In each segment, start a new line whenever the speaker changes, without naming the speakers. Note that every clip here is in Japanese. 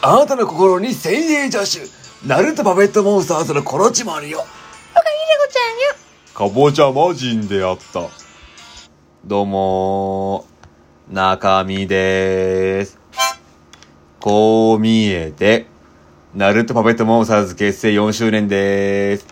あなたの心に先鋭助手ナルトパペットモンスターズのコロチマルよ
おかゆりこちゃ
か
んよ
ぼちゃ魔人であったどうもー中身でーすこう見えてナルトパペットモンスターズ結成4周年でーす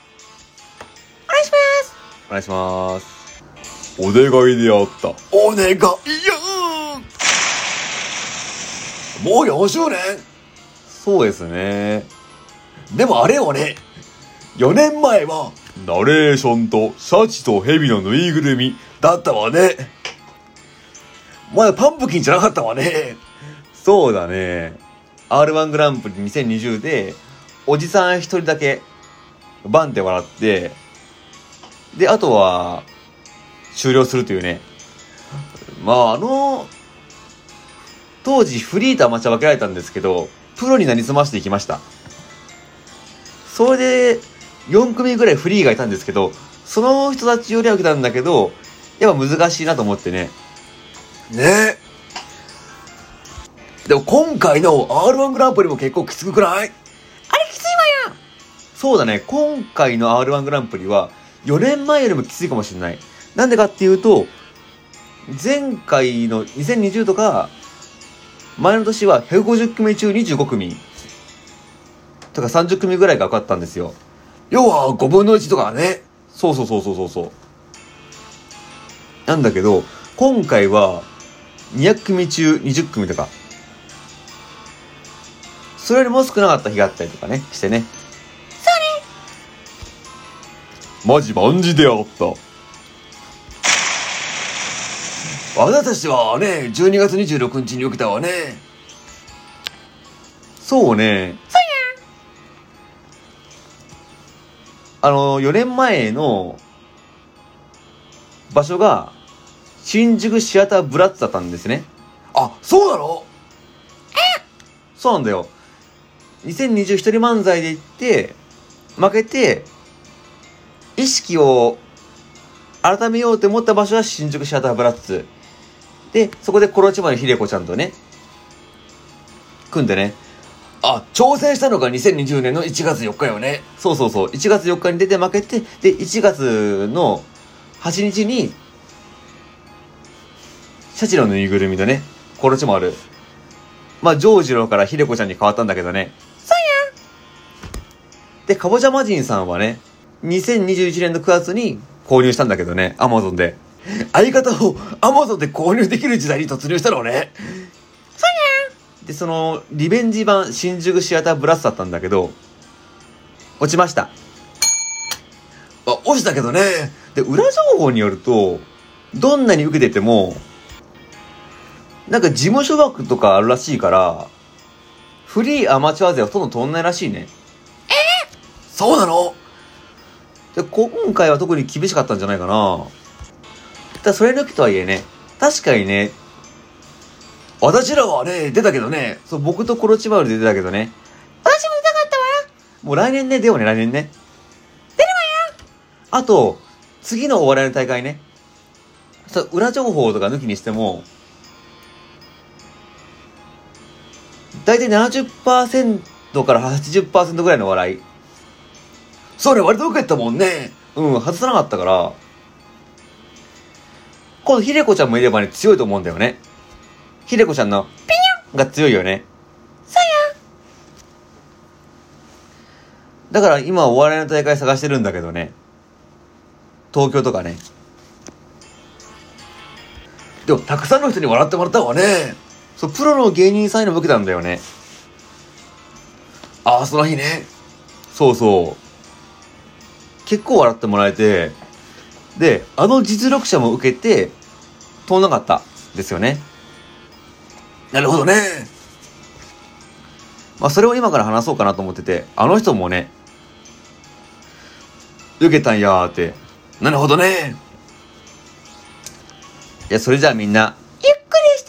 お願いします
お願いしますお願いであったお願いよもう4周年そうですねでもあれよね4年前はナレーションとシャチとヘビのぬいぐるみだったわねまだパンプキンじゃなかったわねそうだね R1 グランプリ2020でおじさん一人だけバンって笑ってで、あとは、終了するというね。まあ、あの、当時フリーとアマチュア分けられたんですけど、プロになりすましていきました。それで、4組ぐらいフリーがいたんですけど、その人たちよりは受けたんだけど、やっぱ難しいなと思ってね。ねでも今回の R1 グランプリも結構きつくくない
あれきついわよ
そうだね、今回の R1 グランプリは、4年前よりもきついかもしれない。なんでかっていうと、前回の2020とか、前の年は150組中25組とか30組ぐらいが受かったんですよ。要は5分の1とかね。そうそうそうそうそうそう。なんだけど、今回は200組中20組とか、それよりも少なかった日があったりとかね、してね。マジ万事であった。私たちはね、12月26日に起きたわね。そうね。あの、4年前の場所が、新宿シアターブラッツだったんですね。あ、そうなのそうなんだよ。2020一人漫才で行って、負けて、意識を改めようと思った場所は新宿シアターブラッツ。で、そこでコロチマルひでこちゃんとね、組んでね。あ、挑戦したのが2020年の1月4日よね。そうそうそう。1月4日に出て負けて、で、1月の8日に、シャチのぬいぐるみとね、コロチマル。まあ、ジョージローからひでこちゃんに変わったんだけどね。で、かぼちゃ魔人さんはね、2021年の9月に購入したんだけどね、アマゾンで。相方をアマゾンで購入できる時代に突入したのね。で、その、リベンジ版新宿シアターブラスだったんだけど、落ちました。あ、落ちたけどね。で、裏情報によると、どんなに受けてても、なんか事務所枠とかあるらしいから、フリーアマチュア勢はほとんど通んないらしいね。そうなのでこ今回は特に厳しかったんじゃないかなだそれ抜きとはいえね確かにね私らはね出たけどねそう僕とコロチマルで出たけどね
私も痛かったわ
もう来年ね出ようね来年ね出るわよあと次のお笑いの大会ねそう裏情報とか抜きにしても大体70%から80%ぐらいの笑いそれ割と受けたもんね。うん、外さなかったから。今度、ひでこちゃんもいればね、強いと思うんだよね。ひでこちゃんの、ピニョンが強いよね。そうや。だから今、お笑いの大会探してるんだけどね。東京とかね。でも、たくさんの人に笑ってもらったわね。そう、プロの芸人さんにも受けたんだよね。ああ、その日ね。そうそう。結構笑ってもらえて、で、あの実力者も受けて、通んなかったですよね。なるほどね。まあ、それを今から話そうかなと思ってて、あの人もね、受けたんやーって。なるほどね。いや、それじゃあみんな、
ゆっくりし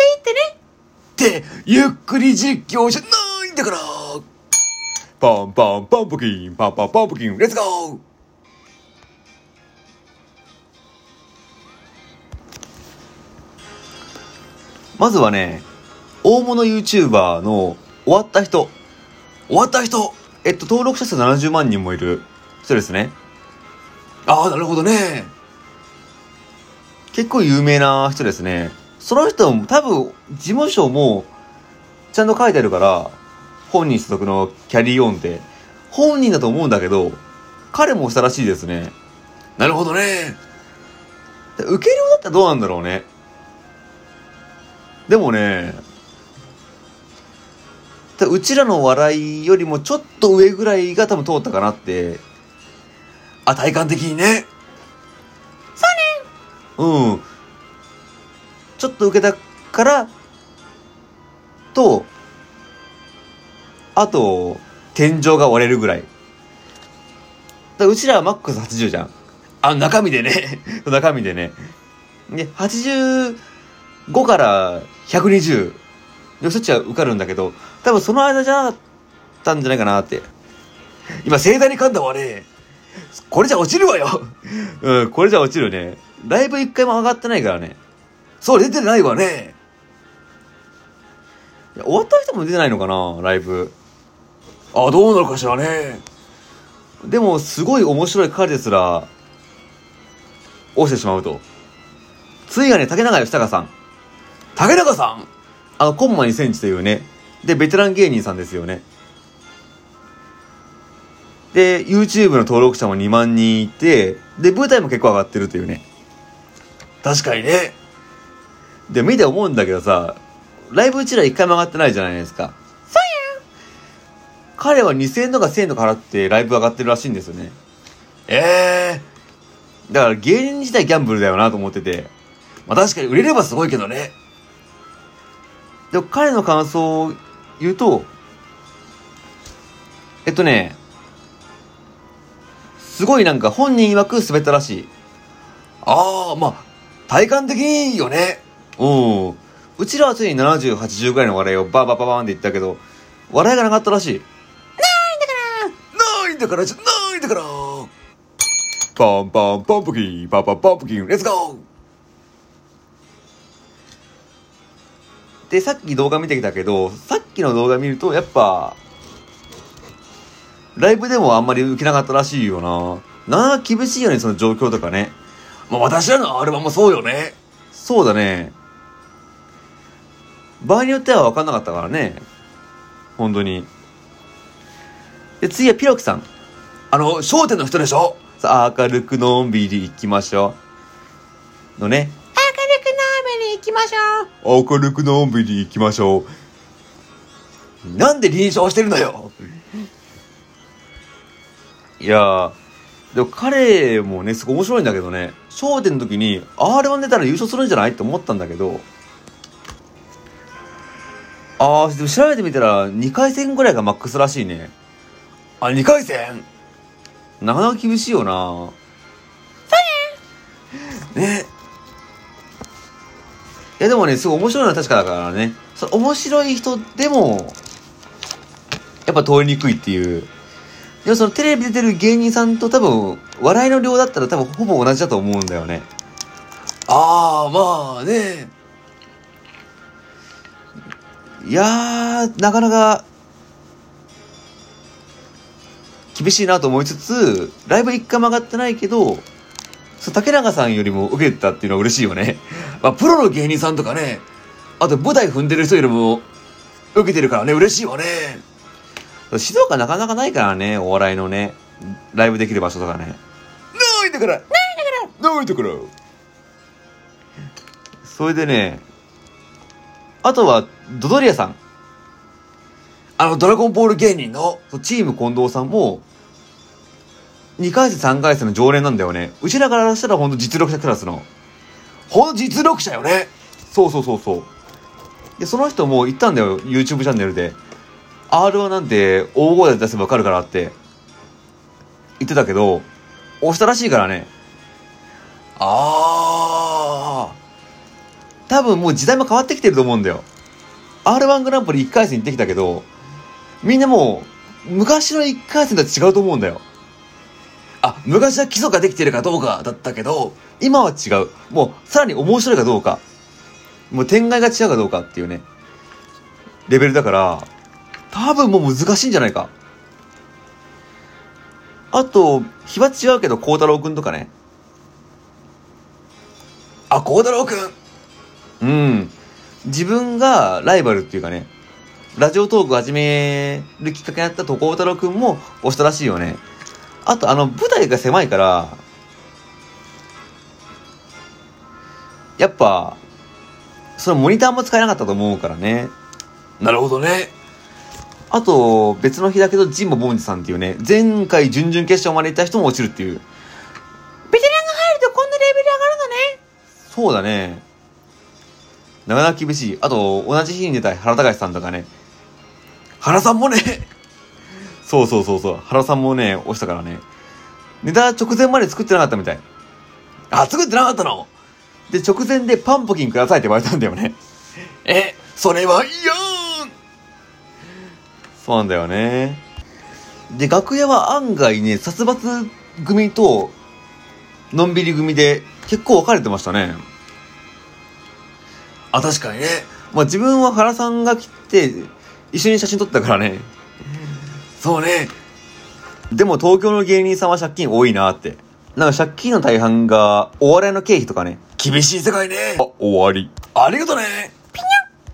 ていってね
って、ゆっくり実況じゃないんだからパンパンパンプキン、パンパンパンプキン、レッツゴーまずはね、大物 YouTuber の終わった人。終わった人えっと、登録者数70万人もいる人ですね。ああ、なるほどね。結構有名な人ですね。その人も多分、事務所もちゃんと書いてあるから、本人所属のキャリーオンって、本人だと思うんだけど、彼もしたらしいですね。なるほどね。で受ける方ってどうなんだろうね。でもね、たうちらの笑いよりもちょっと上ぐらいが多分通ったかなって。あ、体感的にね。そうね。うん。ちょっと受けたから、と、あと、天井が割れるぐらい。だうちらはマックス80じゃん。あ、中身でね。 中身でね。で、85から120。で、そっちは受かるんだけど、多分その間じゃなかったんじゃないかなって。今、盛大に噛んだわね。これじゃ落ちるわよ。 うん、これじゃ落ちるね。ライブ一回も上がってないからね。そう、出てないわね。いや終わった人も出てないのかな、ライブ。あ、どうなるかしらね。でも、すごい面白い彼ですら、落ちてしまうと。次がね、竹中義孝さん。竹中さんあの、コンマ2センチというね。で、ベテラン芸人さんですよね。で、YouTube の登録者も2万人いて、で、舞台も結構上がってるというね。確かにね。で、見て思うんだけどさ、ライブうちら1回も上がってないじゃないですか。彼は2000円とか1000円とか払ってライブ上がってるらしいんですよね。ええだから芸人自体ギャンブルだよなと思ってて。まあ確かに売れればすごいけどね。でも彼の感想を言うと、えっとね、すごいなんか本人曰く滑ったらしい。ああ、まあ、体感的にいいよね。うん。うちらはついに70、80ぐらいの笑いをバーバーバーバーンって言ったけど、笑いがなかったらしい。ないんだからないんだからないんだからパンパンパンプキン、パンパンパンプキン、レッツゴーで、さっき動画見てきたけど、さっきの動画見ると、やっぱ、ライブでもあんまり受けなかったらしいよな。なあ、厳しいよね、その状況とかね。まあ私らのアルバムもそうよね。そうだね。場合によっては分かんなかったからね。本当に。で、次はピロキさん。あの、商店の人でしょさあ、明るくのんびり行きましょう。のね。
明るくの雨に行きましょう。
明るくのんびり行きましょう。なんで臨床してるのよいやー、でも彼もね、すごい面白いんだけどね、焦点の時に R1 出たら優勝するんじゃないって思ったんだけど、あー、でも調べてみたら2回戦ぐらいがマックスらしいね。あ、2回戦なかなか厳しいよなそうねねいやでもね、すごい面白いのは確かだからね。その面白い人でも、やっぱ通りにくいっていう。でもそのテレビ出てる芸人さんと多分、笑いの量だったら多分ほぼ同じだと思うんだよね。ああ、まあね。いやー、なかなか、厳しいなと思いつつ、ライブ一回も上がってないけど、そう竹中さんよりも受けてたっていうのは嬉しいよね。まあ、プロの芸人さんとかね、あと舞台踏んでる人よりも受けてるからね、嬉しいわね。静岡なかなかないからね、お笑いのね、ライブできる場所とかね。ないんだからないんだからないんだからそれでね、あとは、ドドリアさん。あの、ドラゴンボール芸人の、そうチーム近藤さんも、2回戦3回戦の常連なんだよね。うちらからしたらほんと実力者クラスの。ほんと実力者よねそうそうそうそう。で、その人も言ったんだよ、YouTube チャンネルで。R1 なんて大声で出せばわかるからって。言ってたけど、押したらしいからね。あー。多分もう時代も変わってきてると思うんだよ。R1 グランプリ1回戦行ってきたけど、みんなもう、昔の1回戦とは違うと思うんだよ。あ、昔は基礎ができてるかどうかだったけど、今は違う。もう、さらに面白いかどうか。もう展開が違うかどうかっていうね、レベルだから、多分もう難しいんじゃないか。あと、日は違うけど、孝太郎くんとかね。あ、孝太郎くんうん。自分がライバルっていうかね、ラジオトーク始めるきっかけになったと孝太郎くんも押したらしいよね。あと、あの、舞台が狭いから、やっぱ、そのモニターも使えなかったと思うからね。
なるほどね。
あと、別の日だけど、ジンボボンジさんっていうね、前回準々決勝まで行った人も落ちるっていう。
ベテランが入るとこんなレベル上がるのね。
そうだね。なかなか厳しい。あと、同じ日に出た原隆さんとかね。
原さんもね、
そうそうそうそう。原さんもね、押したからね。ネタ直前まで作ってなかったみたい。
あ、作ってなかったの
で、直前でパンポキンくださいって言われたんだよね。
え、それは嫌
そうなんだよね。で、楽屋は案外ね、殺伐組と、のんびり組で、結構分かれてましたね。
あ、確かにね。
まあ自分は原さんが来て、一緒に写真撮ったからね。
そうね。
でも東京の芸人さんは借金多いなって。なんか借金の大半が、お笑いの経費とかね。
厳しい世界ね。
あ、終わり。
ありがとね。